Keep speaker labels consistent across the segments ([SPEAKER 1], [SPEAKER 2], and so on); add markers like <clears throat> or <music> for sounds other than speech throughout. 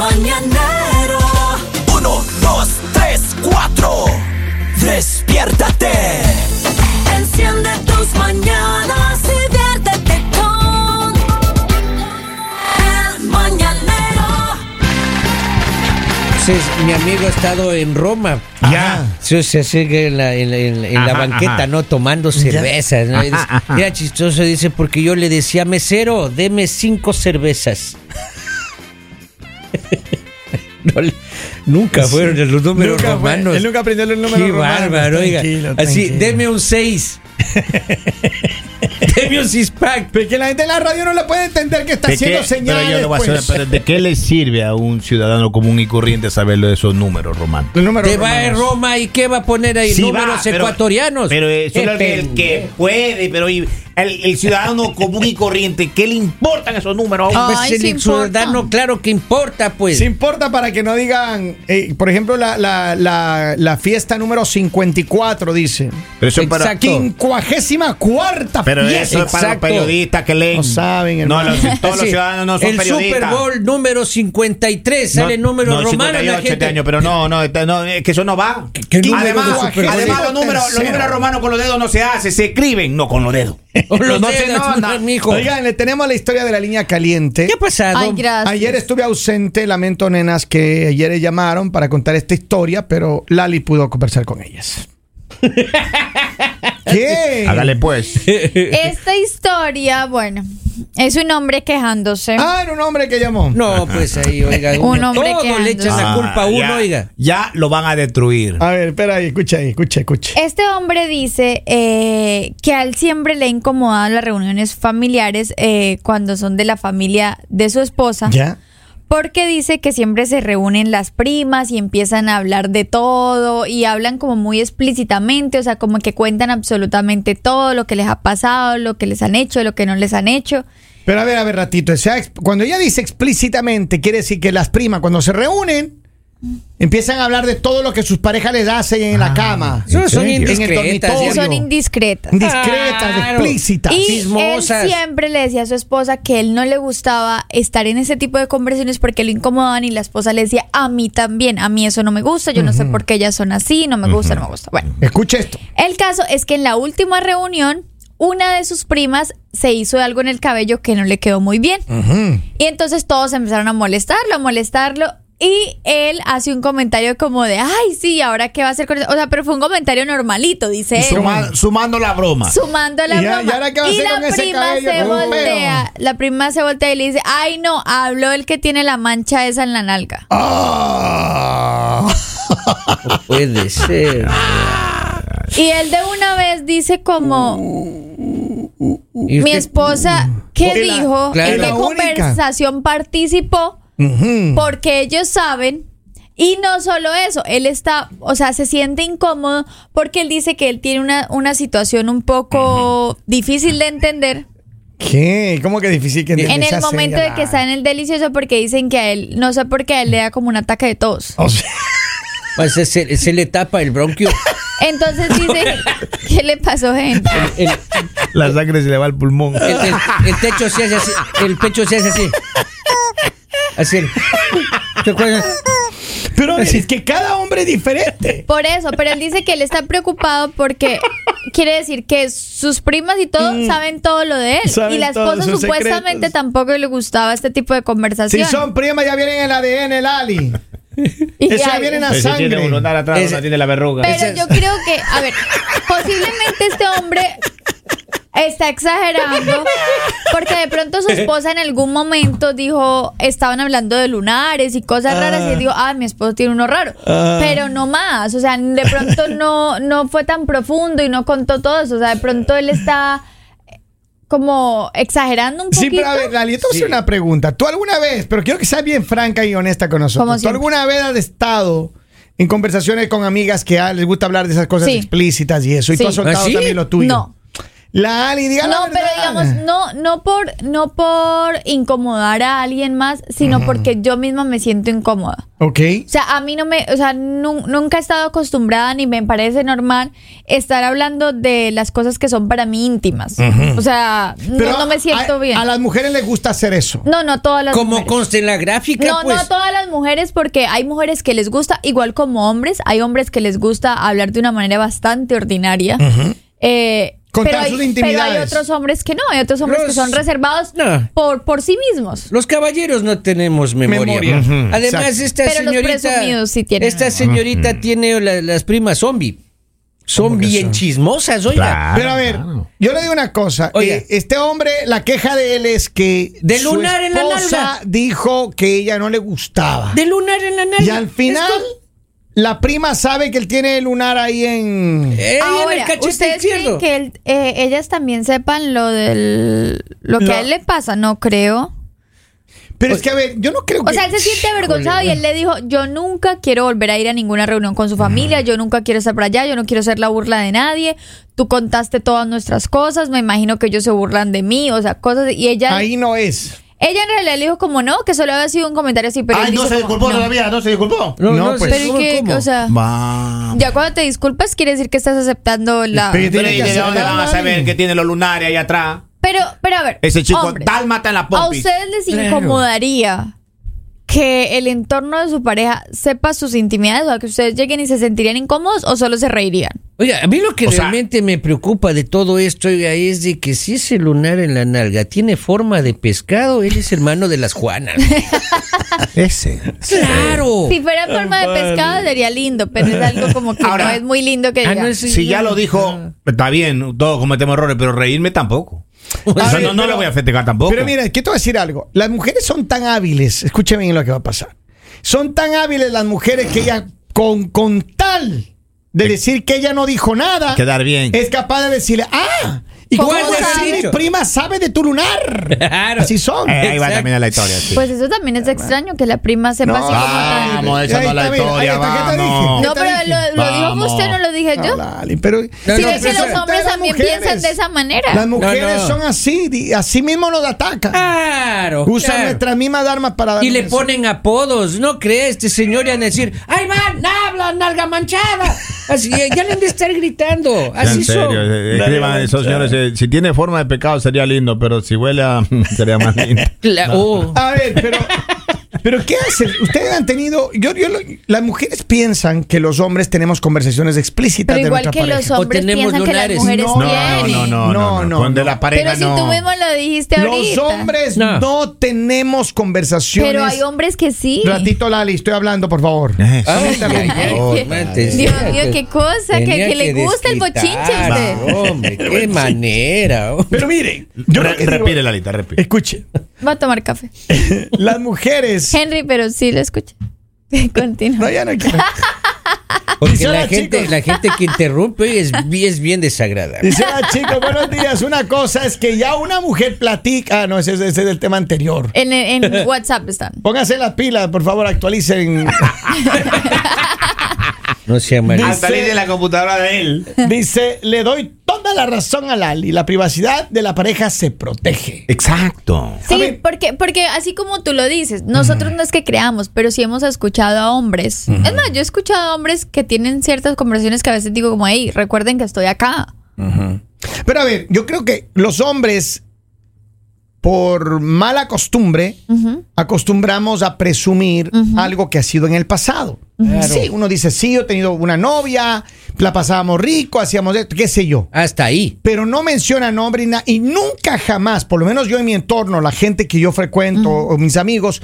[SPEAKER 1] mañanero. Uno, dos, tres, cuatro. Despiértate. Enciende tus mañanas y viértete con el mañanero.
[SPEAKER 2] Entonces, mi amigo ha estado en Roma.
[SPEAKER 3] Ya.
[SPEAKER 2] Se, se sigue en la, en la- en la- en la
[SPEAKER 3] Ajá,
[SPEAKER 2] banqueta,
[SPEAKER 3] ajá.
[SPEAKER 2] ¿no? Tomando cervezas. ¿no?
[SPEAKER 3] Ajá,
[SPEAKER 2] Y dice-
[SPEAKER 3] ajá.
[SPEAKER 2] Era chistoso, dice, porque yo le decía, mesero, deme cinco cervezas. <laughs> No le- nunca fueron los números
[SPEAKER 3] Nunca fue.
[SPEAKER 2] romanos.
[SPEAKER 3] Él nunca aprendió los números
[SPEAKER 2] Qué
[SPEAKER 3] romanos.
[SPEAKER 2] bárbaro, oiga.
[SPEAKER 3] Tranquilo,
[SPEAKER 2] Así,
[SPEAKER 3] tranquilo.
[SPEAKER 2] deme un seis. <laughs> deme un six pack.
[SPEAKER 3] Pero que la gente de la radio no la puede entender que está
[SPEAKER 4] ¿De
[SPEAKER 3] haciendo
[SPEAKER 4] qué?
[SPEAKER 3] señales.
[SPEAKER 4] Pero yo le voy a hacer-
[SPEAKER 3] pues.
[SPEAKER 4] pero ¿De qué le sirve a un ciudadano común y corriente saberlo de esos números, Román?
[SPEAKER 3] Los números
[SPEAKER 2] Te va a
[SPEAKER 3] romanos.
[SPEAKER 2] Roma y ¿qué va a poner ahí?
[SPEAKER 4] Sí
[SPEAKER 2] Números
[SPEAKER 4] va, pero-
[SPEAKER 2] ecuatorianos.
[SPEAKER 4] Pero es
[SPEAKER 2] Qué
[SPEAKER 4] solo el que
[SPEAKER 2] pendejo.
[SPEAKER 4] puede, pero y- el, el ciudadano común y corriente, ¿qué le importan esos números?
[SPEAKER 5] Ah.
[SPEAKER 2] Pues
[SPEAKER 5] Ay,
[SPEAKER 2] el
[SPEAKER 5] sí importa.
[SPEAKER 2] ciudadano, claro que importa, pues.
[SPEAKER 3] Se importa para que no digan, eh, por ejemplo, la, la, la, la fiesta número 54, dice.
[SPEAKER 4] Pero eso es para,
[SPEAKER 2] Exacto.
[SPEAKER 3] Quincuagésima cuarta
[SPEAKER 4] pero
[SPEAKER 3] fiesta.
[SPEAKER 4] eso es para los
[SPEAKER 2] exacto.
[SPEAKER 4] periodistas que leen.
[SPEAKER 3] No saben,
[SPEAKER 4] No,
[SPEAKER 3] hermano.
[SPEAKER 4] los- todos los
[SPEAKER 2] <laughs> Sí.
[SPEAKER 4] ciudadanos no son
[SPEAKER 2] el
[SPEAKER 4] periodistas.
[SPEAKER 2] Super Bowl número 53,
[SPEAKER 4] No,
[SPEAKER 2] sale número
[SPEAKER 4] no,
[SPEAKER 2] romano.
[SPEAKER 4] 58
[SPEAKER 2] la gente.
[SPEAKER 4] este año, pero no, no, está- no, es que eso no va.
[SPEAKER 2] qué número de
[SPEAKER 4] además,
[SPEAKER 2] Super Bowl?
[SPEAKER 4] además los, números, los
[SPEAKER 3] Tercero.
[SPEAKER 4] números romanos con los dedos no se hace, se escriben, no con
[SPEAKER 2] <laughs>
[SPEAKER 4] los dedos.
[SPEAKER 2] O los
[SPEAKER 4] No se
[SPEAKER 2] dedos, <laughs>
[SPEAKER 4] nota.
[SPEAKER 2] mijo.
[SPEAKER 3] Oigan, le tenemos la historia de la línea caliente.
[SPEAKER 2] ¿Qué ha pasado?
[SPEAKER 5] Ay, gracias.
[SPEAKER 3] Ayer estuve ausente, lamento nenas que ayer llamaron para contar esta historia, pero Lali pudo conversar con ellas.
[SPEAKER 2] <laughs>
[SPEAKER 3] ¿Qué?
[SPEAKER 2] <laughs>
[SPEAKER 4] Hágale pues.
[SPEAKER 5] Esta historia, bueno, es un hombre quejándose.
[SPEAKER 3] Ah, era un hombre que llamó.
[SPEAKER 2] no, pues ahí, oiga.
[SPEAKER 5] Un
[SPEAKER 2] uno-
[SPEAKER 5] hombre
[SPEAKER 2] todo
[SPEAKER 5] que
[SPEAKER 2] le
[SPEAKER 5] anda.
[SPEAKER 2] echan la culpa a uno,
[SPEAKER 4] Ah, ya,
[SPEAKER 2] oiga.
[SPEAKER 4] Ya lo van a destruir.
[SPEAKER 3] A ver, espera ahí, escucha ahí, escucha, escucha.
[SPEAKER 5] Este hombre dice eh, que a él siempre le incomodan las reuniones familiares eh, cuando son de la familia de su esposa.
[SPEAKER 3] ¿Ya?
[SPEAKER 5] Porque dice que siempre se reúnen las primas y empiezan a hablar de todo y hablan como muy explícitamente, o sea, como que cuentan absolutamente todo lo que les ha pasado, lo que les han hecho, lo que no les han hecho.
[SPEAKER 3] Pero a ver, a ver, ratito. o sea, ex- cuando ella dice explícitamente, quiere decir que las primas, cuando se reúnen, empiezan a hablar de todo lo que sus parejas les hacen en la cama.
[SPEAKER 2] Son- son
[SPEAKER 3] En el
[SPEAKER 2] indiscretas,
[SPEAKER 3] dormitorio.
[SPEAKER 5] Son indiscretas.
[SPEAKER 3] Indiscretas,
[SPEAKER 2] Claro.
[SPEAKER 3] explícitas.
[SPEAKER 5] Y
[SPEAKER 2] Chismosas.
[SPEAKER 5] él siempre le decía a su esposa que él no le gustaba estar en ese tipo de conversaciones porque lo incomodaban y la esposa le decía, a mí también, a mí eso no me gusta, yo no sé por qué ellas son así, no me gusta, no me gusta. Bueno,
[SPEAKER 3] Escucha esto.
[SPEAKER 5] el caso es que en la última reunión, una de sus primas se hizo algo en el cabello que no le quedó muy bien. Y entonces todos empezaron a molestarlo, a molestarlo. Y él hace un comentario como de, ay, sí, ahora qué va a hacer con eso. O sea, pero fue un comentario normalito, dice él.
[SPEAKER 4] Suma- sumando la broma.
[SPEAKER 5] Sumando la
[SPEAKER 3] Y ya-
[SPEAKER 5] broma.
[SPEAKER 3] ¿y ahora qué va a
[SPEAKER 5] Y
[SPEAKER 3] hacer
[SPEAKER 5] la
[SPEAKER 3] con ese
[SPEAKER 5] prima
[SPEAKER 3] cabello?
[SPEAKER 5] se
[SPEAKER 3] Con un
[SPEAKER 5] voltea. La prima se voltea y le dice, ay no, habló el que tiene la mancha esa en la nalga.
[SPEAKER 3] Ah.
[SPEAKER 2] No puede
[SPEAKER 5] <laughs>
[SPEAKER 2] ser.
[SPEAKER 5] Y él de una vez dice
[SPEAKER 3] Uh.
[SPEAKER 5] como,
[SPEAKER 2] Y
[SPEAKER 5] mi
[SPEAKER 2] usted-
[SPEAKER 5] esposa, ¿qué
[SPEAKER 3] Y Uh. la-
[SPEAKER 5] dijo?
[SPEAKER 2] claro.
[SPEAKER 5] ¿En
[SPEAKER 2] Y
[SPEAKER 5] qué
[SPEAKER 2] la
[SPEAKER 3] única. Uh-huh.
[SPEAKER 5] conversación participó?
[SPEAKER 3] Ujú.
[SPEAKER 5] Porque ellos saben. Y no solo eso, él está, o sea, se siente incómodo porque él dice que él tiene una, una situación un
[SPEAKER 3] Uh-huh.
[SPEAKER 5] poco difícil de entender.
[SPEAKER 3] ¿Qué? ¿Cómo que difícil que
[SPEAKER 5] en
[SPEAKER 3] esa
[SPEAKER 5] el momento de
[SPEAKER 3] señal?
[SPEAKER 5] que está en el delicioso porque dicen que a él, no sé por qué, a él le da como un ataque de tos.
[SPEAKER 3] O sea,
[SPEAKER 2] Pues se, se- se le tapa el bronquio.
[SPEAKER 3] <laughs>
[SPEAKER 5] Entonces dice, ¿qué le pasó, gente?
[SPEAKER 2] El,
[SPEAKER 4] La sangre se le va al pulmón.
[SPEAKER 2] el- el- el techo se hace así. El pecho se hace así. Así. ¿Te acuerdas?
[SPEAKER 3] pero es que cada hombre es diferente.
[SPEAKER 5] Por eso, pero él dice que él está preocupado porque quiere decir que sus primas y todo saben todo lo de él.
[SPEAKER 3] Mm. Saben
[SPEAKER 5] Y la
[SPEAKER 3] todos
[SPEAKER 5] esposa
[SPEAKER 3] sus
[SPEAKER 5] supuestamente
[SPEAKER 3] secretos.
[SPEAKER 5] tampoco le gustaba este tipo de
[SPEAKER 3] Si
[SPEAKER 5] conversación.
[SPEAKER 3] son primas, ya vienen el ADN, el Ali.
[SPEAKER 5] <laughs> Y
[SPEAKER 3] Eso ya
[SPEAKER 5] hay-
[SPEAKER 3] vienen a
[SPEAKER 4] Ese
[SPEAKER 3] sangre.
[SPEAKER 4] tiene uno, tal, atrás,
[SPEAKER 2] Ese-
[SPEAKER 4] uno tiene la verruga.
[SPEAKER 5] Pero yo creo que, a ver, posiblemente este hombre está exagerando porque de pronto su esposa en algún momento dijo, estaban hablando de lunares y cosas raras y él dijo, ah, mi esposo tiene uno raro,
[SPEAKER 3] Ah.
[SPEAKER 5] pero no más, o sea, de pronto no, no fue tan profundo y no contó todo eso, o sea, de pronto él está como exagerando un poquito.
[SPEAKER 3] Sí, pero a ver, Lali, yo te voy a hacer una pregunta. Tú alguna vez, pero quiero que seas bien franca y honesta con
[SPEAKER 5] Como
[SPEAKER 3] nosotros. ¿Tú
[SPEAKER 5] siempre.
[SPEAKER 3] alguna vez has estado en conversaciones con amigas que ah, les gusta hablar de esas cosas
[SPEAKER 5] Sí.
[SPEAKER 3] explícitas y eso? Y
[SPEAKER 5] Sí.
[SPEAKER 3] tú has soltado
[SPEAKER 2] ¿Ah, sí?
[SPEAKER 3] también lo tuyo.
[SPEAKER 5] No.
[SPEAKER 3] La Ali, diga la
[SPEAKER 5] No, pero
[SPEAKER 3] verdad.
[SPEAKER 5] digamos, no, no por, no por incomodar a alguien más, sino porque yo misma me siento incómoda.
[SPEAKER 3] Ok.
[SPEAKER 5] O sea, a mí no me, o sea, nu- nunca he estado acostumbrada ni me parece normal estar hablando de las cosas que son para mí íntimas. O sea, no-
[SPEAKER 3] Pero
[SPEAKER 5] no, me siento
[SPEAKER 3] a,
[SPEAKER 5] bien.
[SPEAKER 3] A las mujeres les gusta hacer eso.
[SPEAKER 5] No, no todas las
[SPEAKER 2] Como
[SPEAKER 5] mujeres.
[SPEAKER 2] consta en la gráfica,
[SPEAKER 5] No,
[SPEAKER 2] pues.
[SPEAKER 5] no a todas las mujeres, porque hay mujeres que les gusta, igual como hombres, hay hombres que les gusta hablar de una manera bastante ordinaria. Eh,
[SPEAKER 3] Contar
[SPEAKER 5] pero, hay,
[SPEAKER 3] sus
[SPEAKER 5] pero hay
[SPEAKER 3] intimidades.
[SPEAKER 5] otros hombres que no, hay otros hombres que
[SPEAKER 2] Los-
[SPEAKER 5] son reservados
[SPEAKER 2] No.
[SPEAKER 5] por, por sí mismos.
[SPEAKER 2] Los caballeros no tenemos memoria.
[SPEAKER 3] Memoria. Ujú,
[SPEAKER 2] Además,
[SPEAKER 3] exacto.
[SPEAKER 2] esta
[SPEAKER 5] Pero los
[SPEAKER 2] señorita.
[SPEAKER 5] presumidos sí tienen
[SPEAKER 2] esta
[SPEAKER 5] memoria.
[SPEAKER 2] señorita tiene la- las primas zombie. Son bien chismosas, oiga.
[SPEAKER 4] Claro.
[SPEAKER 3] Pero a ver,
[SPEAKER 4] claro.
[SPEAKER 3] yo le digo una cosa.
[SPEAKER 2] Oiga.
[SPEAKER 3] Eh, este hombre, la queja de él es que
[SPEAKER 2] De
[SPEAKER 3] su
[SPEAKER 2] lunar en la
[SPEAKER 3] esposa
[SPEAKER 2] nalga.
[SPEAKER 3] dijo que ella no le gustaba.
[SPEAKER 2] De lunar en la nalga.
[SPEAKER 3] y al final,
[SPEAKER 2] Esto-
[SPEAKER 3] la prima sabe que él tiene lunar ahí en...
[SPEAKER 2] Ella en el
[SPEAKER 5] Ahora,
[SPEAKER 2] cachete
[SPEAKER 5] ¿ustedes creen
[SPEAKER 2] izquierdo.
[SPEAKER 5] que él- eh, ellas también sepan lo del lo que
[SPEAKER 3] No.
[SPEAKER 5] a él le pasa? No creo.
[SPEAKER 3] Pero es que, a ver, yo no creo que...
[SPEAKER 5] O sea, él se siente avergonzado y él le dijo, yo nunca quiero volver a ir a ninguna reunión con su familia, yo nunca quiero estar para allá, yo no quiero ser la burla de nadie, tú contaste todas nuestras cosas, me imagino que ellos se burlan de mí, o sea, cosas... Y ella,
[SPEAKER 3] Ahí no es.
[SPEAKER 5] ella en realidad le dijo como no, que solo había sido un comentario así, pero...
[SPEAKER 4] Ay,
[SPEAKER 5] él
[SPEAKER 4] no
[SPEAKER 5] dice
[SPEAKER 4] se
[SPEAKER 5] como,
[SPEAKER 4] disculpó
[SPEAKER 5] "No".
[SPEAKER 4] todavía, no se disculpó.
[SPEAKER 2] No,
[SPEAKER 3] No,
[SPEAKER 2] no,
[SPEAKER 3] pues.
[SPEAKER 5] Pero ¿y
[SPEAKER 2] ¿cómo,
[SPEAKER 5] qué?
[SPEAKER 2] cómo?
[SPEAKER 5] O sea,
[SPEAKER 4] Va.
[SPEAKER 5] ya cuando te disculpas quiere decir que estás aceptando la...
[SPEAKER 3] Pero-
[SPEAKER 4] Pero
[SPEAKER 3] Tiene
[SPEAKER 4] ¿y
[SPEAKER 3] que
[SPEAKER 4] de
[SPEAKER 3] hacer
[SPEAKER 4] dónde
[SPEAKER 3] la
[SPEAKER 4] van a saber
[SPEAKER 3] madre.
[SPEAKER 4] que tiene los lunares ahí atrás?
[SPEAKER 5] Pero, pero a ver,
[SPEAKER 4] Ese chico,
[SPEAKER 5] hombres,
[SPEAKER 4] dálmata en la
[SPEAKER 5] ¿a
[SPEAKER 4] pompis.
[SPEAKER 5] ustedes les incomodaría que el entorno de su pareja sepa sus intimidades? O sea, que ustedes lleguen y se sentirían incómodos o solo se reirían.
[SPEAKER 2] Oiga, a mí lo que
[SPEAKER 4] O sea-
[SPEAKER 2] realmente me preocupa de todo esto, oiga, es de que si ese lunar en la nalga tiene forma de pescado, él es hermano de las
[SPEAKER 5] <laughs>
[SPEAKER 2] Juanas.
[SPEAKER 3] Ese.
[SPEAKER 2] ¡Claro!
[SPEAKER 5] Si fuera en forma de pescado sería lindo, pero es algo como que
[SPEAKER 4] Ahora-
[SPEAKER 5] no es muy lindo que
[SPEAKER 2] Ah,
[SPEAKER 5] diga.
[SPEAKER 2] no, eso
[SPEAKER 4] Si ya lo dijo, está bien, todos cometemos errores, pero
[SPEAKER 2] <laughs>
[SPEAKER 4] reírme tampoco. O sea,
[SPEAKER 3] ver,
[SPEAKER 4] no, no
[SPEAKER 3] pero-
[SPEAKER 4] lo voy a festejar tampoco.
[SPEAKER 3] Pero mira, quiero decir algo. Las mujeres son tan hábiles, escuchen bien lo que va a pasar. Son tan hábiles las mujeres que ellas, con, con tal de decir que ella no dijo nada,
[SPEAKER 4] Quedar bien.
[SPEAKER 3] es capaz de decirle, ah, ¿y
[SPEAKER 5] ¿Cómo
[SPEAKER 3] cómo así
[SPEAKER 5] sabe?
[SPEAKER 3] mi prima sabe de tu lunar?
[SPEAKER 2] <laughs> Claro.
[SPEAKER 3] Así son.
[SPEAKER 4] Eh, ahí va
[SPEAKER 2] Exacto.
[SPEAKER 4] también la historia. sí.
[SPEAKER 5] Pues eso también es extraño que la prima sepa así como tan-
[SPEAKER 4] vamos,
[SPEAKER 3] Ahí
[SPEAKER 4] esa no
[SPEAKER 3] está,
[SPEAKER 4] la
[SPEAKER 3] mira,
[SPEAKER 4] historia,
[SPEAKER 3] ahí está, ¿qué
[SPEAKER 4] vamos.
[SPEAKER 3] te dije?
[SPEAKER 5] No,
[SPEAKER 3] ¿Qué te
[SPEAKER 5] pero
[SPEAKER 3] dije?
[SPEAKER 5] lo, lo dijo
[SPEAKER 4] Vamos.
[SPEAKER 5] usted, no lo dije yo.
[SPEAKER 3] No, Lali, pero
[SPEAKER 2] No,
[SPEAKER 5] Si
[SPEAKER 2] no,
[SPEAKER 5] ves que
[SPEAKER 2] pero
[SPEAKER 5] los
[SPEAKER 2] eso-
[SPEAKER 5] hombres
[SPEAKER 3] las
[SPEAKER 5] también
[SPEAKER 3] mujeres.
[SPEAKER 5] piensan de esa manera. Ah,
[SPEAKER 3] las mujeres
[SPEAKER 2] no.
[SPEAKER 3] son así, di- así mismo nos atacan.
[SPEAKER 2] Claro.
[SPEAKER 3] Usan
[SPEAKER 2] claro.
[SPEAKER 3] nuestras mismas armas para
[SPEAKER 2] Y le
[SPEAKER 3] darnos-
[SPEAKER 2] ponen apodos, ¿no crees? Este señor y a decir, ¡ay, van! ¡Habla, nalga manchada! Así, eh, ya le han de estar gritando.
[SPEAKER 6] Ya,
[SPEAKER 2] Así
[SPEAKER 6] en serio,
[SPEAKER 2] son.
[SPEAKER 6] eh, escriban eso, señores. eh, si tiene forma de pecado sería lindo, pero si huele
[SPEAKER 4] <laughs>
[SPEAKER 6] a, sería más lindo.
[SPEAKER 2] Cla- oh.
[SPEAKER 3] A ver, pero. ¿Pero qué hacen? Ustedes han tenido. Yo, yo lo- las mujeres piensan que los hombres tenemos conversaciones explícitas
[SPEAKER 5] pero
[SPEAKER 3] de
[SPEAKER 5] igual
[SPEAKER 3] nuestra
[SPEAKER 5] que los
[SPEAKER 3] pareja.
[SPEAKER 2] O
[SPEAKER 5] hombres
[SPEAKER 2] tenemos
[SPEAKER 5] piensan que
[SPEAKER 2] lunares.
[SPEAKER 5] las mujeres
[SPEAKER 3] No,
[SPEAKER 6] No, no,
[SPEAKER 5] tienen.
[SPEAKER 6] no, no,
[SPEAKER 3] No,
[SPEAKER 6] no,
[SPEAKER 3] no,
[SPEAKER 6] Cuando
[SPEAKER 3] no.
[SPEAKER 6] la
[SPEAKER 5] Pero
[SPEAKER 6] pareja
[SPEAKER 5] si
[SPEAKER 6] no.
[SPEAKER 5] tú mismo lo dijiste ahorita.
[SPEAKER 3] Los hombres
[SPEAKER 2] No.
[SPEAKER 3] no, tenemos conversaciones.
[SPEAKER 5] Pero hay hombres que sí.
[SPEAKER 3] Ratito, Lali, estoy hablando, por favor.
[SPEAKER 6] Eh,
[SPEAKER 2] Ay,
[SPEAKER 3] Permítame.
[SPEAKER 2] ay, ay,
[SPEAKER 6] Oh,
[SPEAKER 2] qué mate,
[SPEAKER 5] Dios
[SPEAKER 2] sí.
[SPEAKER 5] mío, qué cosa, que-
[SPEAKER 2] Tenía
[SPEAKER 5] que le gusta el bochinche a
[SPEAKER 2] desquitar,
[SPEAKER 5] usted.
[SPEAKER 2] Hombre, qué manera. oh. hombre.
[SPEAKER 3] Pero mire, yo lo
[SPEAKER 6] re-
[SPEAKER 3] que digo-
[SPEAKER 6] Respire, Lalita, respire.
[SPEAKER 3] Escuche,
[SPEAKER 5] Va a tomar café.
[SPEAKER 3] las mujeres.
[SPEAKER 5] Henry, pero sí lo escuché. <laughs> Continúa.
[SPEAKER 3] No, ya no
[SPEAKER 5] <laughs>
[SPEAKER 3] quiero.
[SPEAKER 2] Porque
[SPEAKER 3] Dice,
[SPEAKER 2] la
[SPEAKER 3] "Hola,
[SPEAKER 2] gente,
[SPEAKER 3] chicos".
[SPEAKER 2] la gente que interrumpe oye, es, bi- es bien desagradable.
[SPEAKER 3] Dice, ah, chicos, buenos días. Una cosa es que ya una mujer platica. Ah, no, ese, ese es el tema anterior.
[SPEAKER 5] En, en WhatsApp están.
[SPEAKER 3] Pónganse las pilas, por favor,
[SPEAKER 5] <laughs>
[SPEAKER 3] actualicen.
[SPEAKER 2] No sea mal.
[SPEAKER 4] Hasta ahí de la computadora de él.
[SPEAKER 3] Dice, le doy toda la razón a Lali. La privacidad de la pareja se protege.
[SPEAKER 4] Exacto.
[SPEAKER 3] A
[SPEAKER 5] Sí,
[SPEAKER 3] ver.
[SPEAKER 5] porque, porque así como tú lo dices, nosotros no es que creamos, pero sí hemos escuchado a hombres. Es más, yo he escuchado a hombres que tienen ciertas conversaciones que a veces digo como, hey, recuerden que estoy acá.
[SPEAKER 3] Pero a ver, yo creo que los hombres, por mala costumbre, acostumbramos a presumir algo que ha sido en el pasado. Sí, uno dice, sí, yo he tenido una novia, la pasábamos rico, hacíamos esto, qué sé yo.
[SPEAKER 2] Hasta ahí.
[SPEAKER 3] Pero no menciona nombre y, na- y nunca jamás, por lo menos yo en mi entorno, la gente que yo frecuento o mis amigos,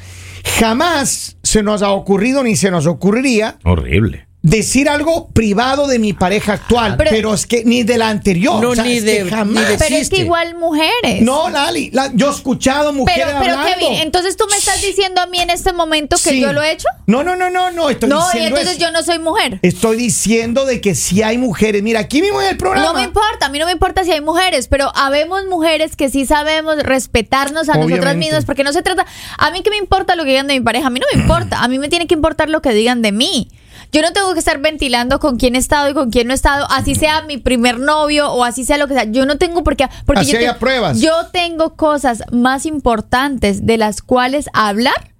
[SPEAKER 3] jamás se nos ha ocurrido ni se nos ocurriría
[SPEAKER 6] Horrible.
[SPEAKER 3] decir algo privado de mi pareja actual,
[SPEAKER 5] Pero-
[SPEAKER 3] pero, es que ni de la anterior.
[SPEAKER 2] No,
[SPEAKER 3] o sea,
[SPEAKER 2] ni
[SPEAKER 3] es
[SPEAKER 2] de-
[SPEAKER 3] que
[SPEAKER 2] ni
[SPEAKER 3] jamás.
[SPEAKER 2] de-
[SPEAKER 5] Pero es que
[SPEAKER 2] Existe.
[SPEAKER 5] igual mujeres.
[SPEAKER 3] No, Lali, la- yo he escuchado mujeres
[SPEAKER 5] pero, pero
[SPEAKER 3] hablando.
[SPEAKER 5] Kevin, entonces tú me estás diciendo a mí en este momento que
[SPEAKER 3] Sí.
[SPEAKER 5] yo lo he hecho.
[SPEAKER 3] No, no, no, no, no, estoy
[SPEAKER 5] No, y
[SPEAKER 3] diciendo
[SPEAKER 5] entonces
[SPEAKER 3] eso.
[SPEAKER 5] yo no soy mujer.
[SPEAKER 3] Estoy diciendo de que si hay mujeres. Mira, aquí mismo en el programa.
[SPEAKER 5] No me importa, a mí no me importa si hay mujeres, pero habemos mujeres que sí sabemos respetarnos a nosotras
[SPEAKER 3] Obviamente.
[SPEAKER 5] mismas, porque
[SPEAKER 3] <clears throat>
[SPEAKER 5] no se trata, a mí que me importa lo que digan de mi pareja, a mí no me importa, a mí me tiene que importar lo que digan de mí. yo no tengo que estar ventilando con quién he estado y con quién no he estado, así sea mi primer novio o así sea lo que sea. Yo no tengo por qué. Porque
[SPEAKER 3] Así
[SPEAKER 5] yo,
[SPEAKER 3] haya
[SPEAKER 5] te-
[SPEAKER 3] pruebas.
[SPEAKER 5] yo tengo cosas más importantes de las cuales hablar.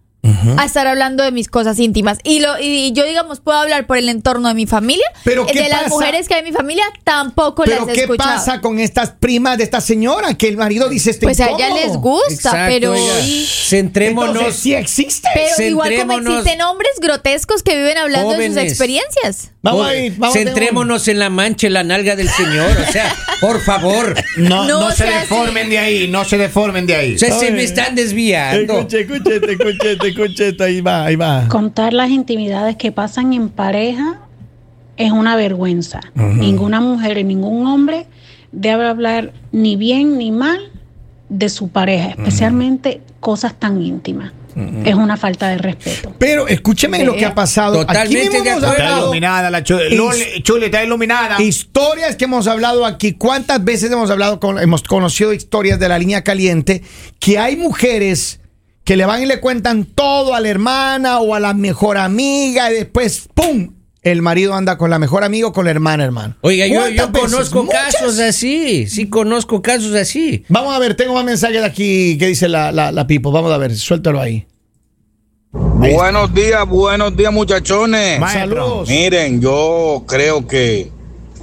[SPEAKER 5] A estar hablando de mis cosas íntimas. Y lo y yo, digamos, puedo hablar por el entorno de mi familia. eh,
[SPEAKER 3] Pero ¿qué
[SPEAKER 5] de las
[SPEAKER 3] pasa?
[SPEAKER 5] mujeres que hay en mi familia, tampoco
[SPEAKER 3] Pero
[SPEAKER 5] las he
[SPEAKER 3] ¿qué
[SPEAKER 5] escuchado.
[SPEAKER 3] pasa con estas primas de esta señora que el marido dice este
[SPEAKER 5] Pues a ella les gusta,
[SPEAKER 2] Exacto,
[SPEAKER 5] pero.
[SPEAKER 2] oiga.
[SPEAKER 3] Entonces,
[SPEAKER 2] Centrémonos.
[SPEAKER 3] sí existe.
[SPEAKER 5] Pero igual como
[SPEAKER 2] Centrémonos.
[SPEAKER 5] existen hombres grotescos que viven hablando de sus
[SPEAKER 2] Jóvenes.
[SPEAKER 5] experiencias.
[SPEAKER 3] Vamos a ir, vamos a tener un-
[SPEAKER 2] Centrémonos en la mancha, en la nalga del señor. O sea, por favor.
[SPEAKER 3] <laughs>
[SPEAKER 4] No,
[SPEAKER 5] No
[SPEAKER 4] no, se
[SPEAKER 5] sea
[SPEAKER 4] deformen
[SPEAKER 5] así.
[SPEAKER 4] de ahí, no se deformen de ahí.
[SPEAKER 2] O sea, se me están desviando.
[SPEAKER 6] Escuche, escuche, te escuche, te escuche, esto, ahí va, ahí va.
[SPEAKER 7] Contar las intimidades que pasan en pareja es una vergüenza. Ninguna mujer y ningún hombre debe hablar ni bien ni mal de su pareja, especialmente cosas tan íntimas. Es una falta de respeto.
[SPEAKER 3] Pero escúcheme lo que ha pasado.
[SPEAKER 2] Totalmente
[SPEAKER 3] aquí mismo
[SPEAKER 2] de
[SPEAKER 3] hemos
[SPEAKER 2] acuerdo.
[SPEAKER 4] Está
[SPEAKER 3] hablado
[SPEAKER 4] iluminada la chule.
[SPEAKER 3] Is-
[SPEAKER 4] Lole, Chule, está iluminada.
[SPEAKER 3] historias que hemos hablado aquí. ¿Cuántas veces hemos hablado con, hemos conocido historias de la línea caliente que hay mujeres que le van y le cuentan todo a la hermana o a la mejor amiga y después ¡pum! El marido anda con la mejor amiga o con la hermana, hermano.
[SPEAKER 2] Oiga, yo, yo
[SPEAKER 3] ¿Cuántas veces?
[SPEAKER 2] conozco
[SPEAKER 3] Muchas.
[SPEAKER 2] casos así. Sí, conozco casos así.
[SPEAKER 3] Vamos a ver, tengo más mensajes aquí que dice la, la, la Pipo. Vamos a ver, suéltalo ahí.
[SPEAKER 8] Buenos días, buenos días muchachones.
[SPEAKER 4] Maestro.
[SPEAKER 3] Saludos.
[SPEAKER 8] Miren, yo creo que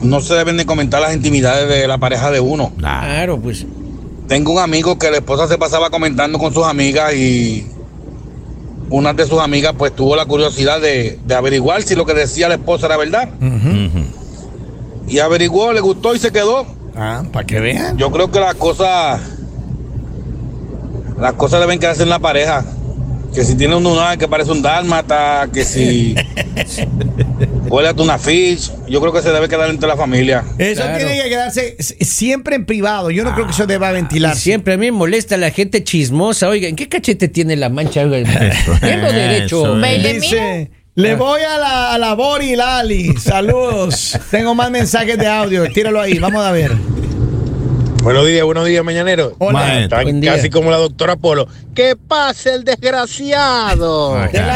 [SPEAKER 8] no se deben de comentar las intimidades de la pareja de uno.
[SPEAKER 2] Claro, pues.
[SPEAKER 8] Tengo un amigo que la esposa se pasaba comentando con sus amigas y una de sus amigas pues tuvo la curiosidad de, de averiguar si lo que decía la esposa era verdad. Y averiguó, le gustó y se quedó.
[SPEAKER 3] Ah, para que vean.
[SPEAKER 8] Yo creo que las cosas las cosas deben quedarse en la pareja. Que si tiene un lunar que parece un dálmata, que si huele a una fish, yo creo que se debe quedar entre la familia.
[SPEAKER 3] Eso
[SPEAKER 2] Claro.
[SPEAKER 3] tiene que quedarse s- siempre en privado. Yo no creo que eso deba ventilar.
[SPEAKER 2] Y siempre a mí me molesta la gente chismosa. Oiga, ¿en qué cachete tiene la mancha? Oiga,
[SPEAKER 3] <laughs>
[SPEAKER 2] tengo derecho.
[SPEAKER 6] eso
[SPEAKER 5] Ve y le mira.
[SPEAKER 3] Dice, le voy a la, a la Bori Lali. Saludos. Tengo más mensajes de audio. Tíralo ahí. Vamos a ver.
[SPEAKER 9] Buenos días, buenos días, mañanero.
[SPEAKER 3] Hola.
[SPEAKER 6] Maestro.
[SPEAKER 9] Están
[SPEAKER 2] Buen día.
[SPEAKER 9] casi como la doctora Polo. ¡Que pase el desgraciado!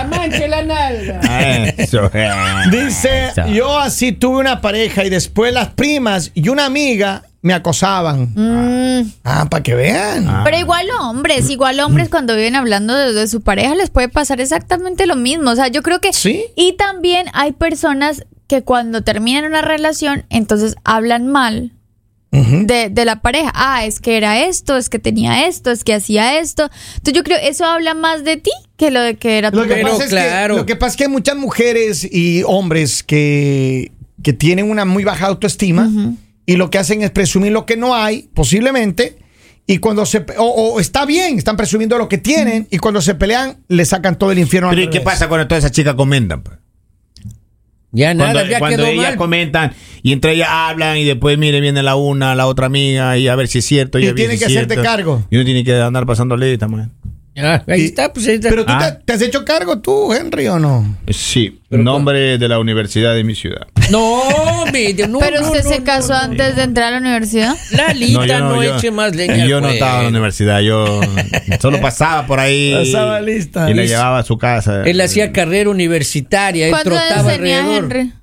[SPEAKER 2] mancha, la nalga.
[SPEAKER 6] Eso, eh.
[SPEAKER 3] Dice,
[SPEAKER 6] Eso.
[SPEAKER 3] yo así tuve una pareja y después las primas y una amiga me acosaban. Ah, para que vean.
[SPEAKER 5] Pero igual hombres, igual hombres cuando viven hablando de, de su pareja les puede pasar exactamente lo mismo. O sea, yo creo que...
[SPEAKER 3] Sí.
[SPEAKER 5] Y también hay personas que cuando terminan una relación, entonces hablan mal de, de la pareja. Ah, es que era esto, es que tenía esto, es que hacía esto. Entonces yo creo, eso habla más de ti que lo de que era tu
[SPEAKER 3] Lo que,
[SPEAKER 2] Pero
[SPEAKER 3] pasa es
[SPEAKER 2] claro.
[SPEAKER 3] que, lo que pasa es que hay muchas mujeres y hombres que, que tienen una muy baja autoestima y lo que hacen es presumir lo que no hay, posiblemente, y cuando se pe- o, o está bien, están presumiendo lo que tienen y cuando se pelean le sacan todo el infierno. al
[SPEAKER 4] Pero ¿y qué
[SPEAKER 3] revés.
[SPEAKER 4] pasa cuando todas esas chicas comentan? pues?
[SPEAKER 2] Ya nada,
[SPEAKER 4] Cuando,
[SPEAKER 2] ya
[SPEAKER 4] cuando
[SPEAKER 2] quedó
[SPEAKER 4] ellas
[SPEAKER 2] mal.
[SPEAKER 4] comentan y entre ellas hablan y después, mire, viene la una, la otra amiga y a ver si es cierto.
[SPEAKER 3] Y
[SPEAKER 4] a ver
[SPEAKER 3] tiene
[SPEAKER 4] si
[SPEAKER 3] que
[SPEAKER 4] es
[SPEAKER 3] hacerte
[SPEAKER 4] cierto.
[SPEAKER 3] cargo.
[SPEAKER 4] Y uno tiene que andar pasando lista, man.
[SPEAKER 2] Ah, ahí
[SPEAKER 3] Y-
[SPEAKER 2] está, pues ahí está.
[SPEAKER 3] Pero tú
[SPEAKER 4] Ah.
[SPEAKER 3] te, te has hecho cargo tú, Henry, o no?
[SPEAKER 6] Sí, nombre de la universidad de mi ciudad.
[SPEAKER 2] No, me, no,
[SPEAKER 5] Pero
[SPEAKER 2] no,
[SPEAKER 5] usted
[SPEAKER 2] no,
[SPEAKER 5] se
[SPEAKER 2] no.
[SPEAKER 5] casó antes de entrar a la universidad.
[SPEAKER 2] Lalita, no,
[SPEAKER 6] yo-
[SPEAKER 2] eche más leña.
[SPEAKER 6] Yo no
[SPEAKER 2] güey.
[SPEAKER 6] estaba en la universidad, yo solo pasaba por ahí.
[SPEAKER 3] Pasaba lista.
[SPEAKER 6] Y la llevaba a su casa.
[SPEAKER 2] Él hacía carrera universitaria, <laughs> él
[SPEAKER 5] ¿Cuánto
[SPEAKER 2] trotaba
[SPEAKER 5] tenía
[SPEAKER 2] alrededor.
[SPEAKER 5] Henry?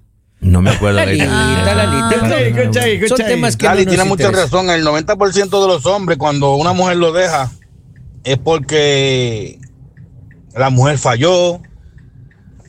[SPEAKER 6] No me acuerdo de
[SPEAKER 2] Lalita, Lalita.
[SPEAKER 3] Escucha ahí, escucha ahí, escucha
[SPEAKER 2] Son
[SPEAKER 3] ahí.
[SPEAKER 2] temas que
[SPEAKER 8] Cali
[SPEAKER 2] no nos
[SPEAKER 8] tiene mucha
[SPEAKER 2] interesan.
[SPEAKER 8] razón. El 90% de los hombres, cuando una mujer lo deja, es porque la mujer falló,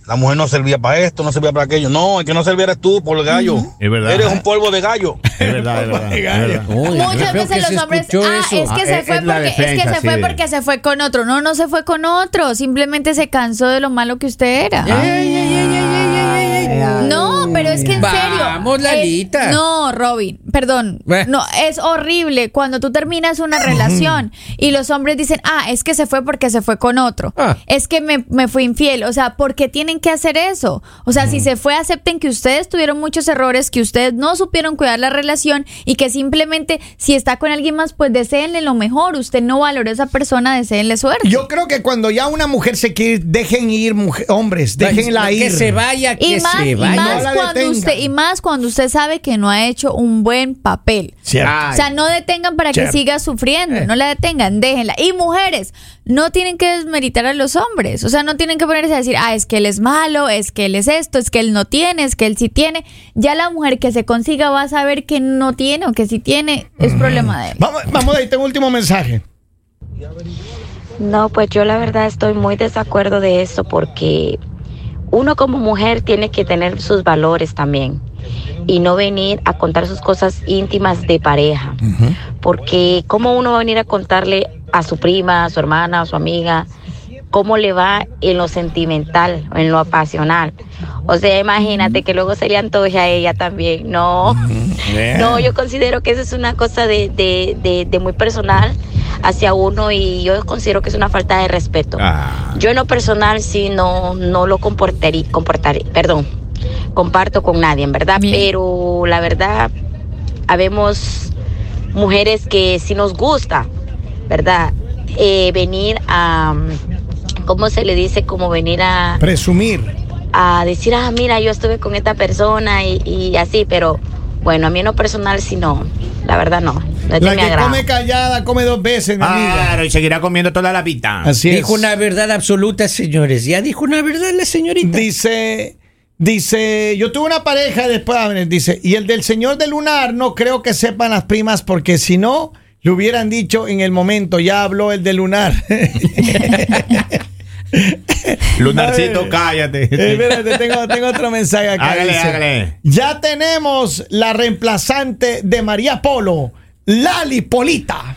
[SPEAKER 8] la mujer no servía para esto, no servía para aquello. No, el que no servía eres tú, por el gallo.
[SPEAKER 6] Es verdad.
[SPEAKER 8] Eres un polvo de gallo.
[SPEAKER 6] Es verdad, es verdad. es verdad.
[SPEAKER 2] Uy,
[SPEAKER 5] Muchas
[SPEAKER 2] creo que
[SPEAKER 5] veces
[SPEAKER 2] se
[SPEAKER 5] los hombres,
[SPEAKER 2] escuchó
[SPEAKER 5] ah,
[SPEAKER 2] eso. e-
[SPEAKER 5] es que se
[SPEAKER 6] es-
[SPEAKER 5] fue
[SPEAKER 6] es la
[SPEAKER 5] porque es que
[SPEAKER 6] defensa,
[SPEAKER 5] se fue
[SPEAKER 6] sí.
[SPEAKER 5] porque se fue con otro. No, no se fue con otro, simplemente se cansó de lo malo que usted era.
[SPEAKER 2] Ey, ey, ey, ey, ey, ey, ey, ey.
[SPEAKER 5] No, pero es que en serio.
[SPEAKER 2] Vamos,
[SPEAKER 5] es-
[SPEAKER 2] Lalita.
[SPEAKER 5] no, Robin, perdón.
[SPEAKER 2] Bueno.
[SPEAKER 5] No, es horrible cuando tú
[SPEAKER 2] <laughs>
[SPEAKER 5] terminas una relación y los hombres dicen, ah, es que se fue porque se fue con otro.
[SPEAKER 2] Ah.
[SPEAKER 5] Es que me, me fui infiel. O sea, ¿por qué tienen que hacer eso? O sea, si se fue, acepten que ustedes tuvieron muchos errores, que ustedes no supieron cuidar la relación y que simplemente si está con alguien más, pues deseenle lo mejor. Usted no valoró a esa persona, deseenle suerte.
[SPEAKER 3] Yo creo que cuando ya una mujer se quiere ir, dejen ir, mujer- hombres, déjenla ir.
[SPEAKER 2] Que se vaya, que
[SPEAKER 5] Y más,
[SPEAKER 2] se
[SPEAKER 5] y
[SPEAKER 2] vaya.
[SPEAKER 5] más
[SPEAKER 3] No la
[SPEAKER 5] cuando
[SPEAKER 3] detengan.
[SPEAKER 5] usted, y más cuando usted sabe que no ha hecho un buen en papel.
[SPEAKER 3] Cierto.
[SPEAKER 2] Ah.
[SPEAKER 5] O sea, no detengan para que
[SPEAKER 3] Cierto.
[SPEAKER 5] siga sufriendo,
[SPEAKER 3] Eh.
[SPEAKER 5] no la detengan, déjenla. Y mujeres, no tienen que desmeritar a los hombres, o sea, no tienen que ponerse a decir, ah, es que él es malo, es que él es esto, es que él no tiene, es que él sí tiene. Ya la mujer que se consiga va a saber que no tiene o que sí tiene, es problema de él.
[SPEAKER 3] Vamos, vamos, ahí tengo un último mensaje.
[SPEAKER 10] No, pues yo la verdad estoy muy desacuerdo de eso porque uno como mujer tiene que tener sus valores también y no venir a contar sus cosas íntimas de pareja. Porque cómo uno va a venir a contarle a su prima, a su hermana, a su amiga cómo le va en lo sentimental, en lo apasional. O sea, imagínate que luego se le antoje a ella también. No. <laughs> No, yo considero que eso es una cosa de, de- de- de muy personal hacia uno y yo considero que es una falta de respeto.
[SPEAKER 6] Ah.
[SPEAKER 10] Yo en lo personal sí no, no lo comportaría, comportaré, perdón, comparto con nadie, en verdad,
[SPEAKER 5] Bien.
[SPEAKER 10] pero la verdad, habemos mujeres que sí nos gusta, ¿verdad? Eh, venir a, ¿cómo se le dice? Como venir a
[SPEAKER 3] Presumir.
[SPEAKER 10] a decir, ah, mira, yo estuve con esta persona y, y así, pero bueno, a mí en lo personal sí no, la verdad no, no es de
[SPEAKER 3] La
[SPEAKER 10] mi
[SPEAKER 3] que
[SPEAKER 10] agrado.
[SPEAKER 3] come callada come dos veces, mi amiga.
[SPEAKER 4] Claro, y seguirá comiendo toda la pita.
[SPEAKER 3] Así es.
[SPEAKER 2] Dijo una verdad absoluta, señores. Ya dijo una verdad la señorita.
[SPEAKER 3] Dice, dice, yo tuve una pareja después, a ver, dice, y el del señor de lunar no creo que sepan las primas porque si no, le hubieran dicho en el momento, ya habló el de lunar. <laughs> A
[SPEAKER 6] Lunarcito,
[SPEAKER 3] ver. Eh,
[SPEAKER 6] cállate.
[SPEAKER 3] espérate, tengo, tengo otro mensaje acá.
[SPEAKER 6] Hágale,
[SPEAKER 3] dice,
[SPEAKER 6] hágale.
[SPEAKER 3] Ya tenemos la reemplazante de María Polo, Lali Polita.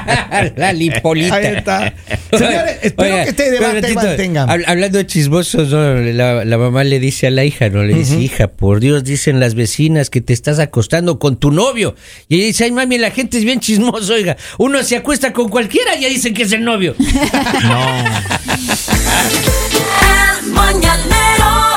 [SPEAKER 2] <laughs> la lipolita.
[SPEAKER 3] Ahí está. Señores, espero
[SPEAKER 2] Oiga,
[SPEAKER 3] que este
[SPEAKER 2] pero
[SPEAKER 3] debate
[SPEAKER 2] Tito,
[SPEAKER 3] mantenga.
[SPEAKER 2] hab- hablando de chismosos, ¿no? la, la mamá le dice a la hija, no le dice, hija, por Dios, dicen las vecinas que te estás acostando con tu novio. Y ella dice, ay mami, la gente es bien chismosa, oiga. Uno se acuesta con cualquiera y ya dicen que es el novio.
[SPEAKER 1] El mañanero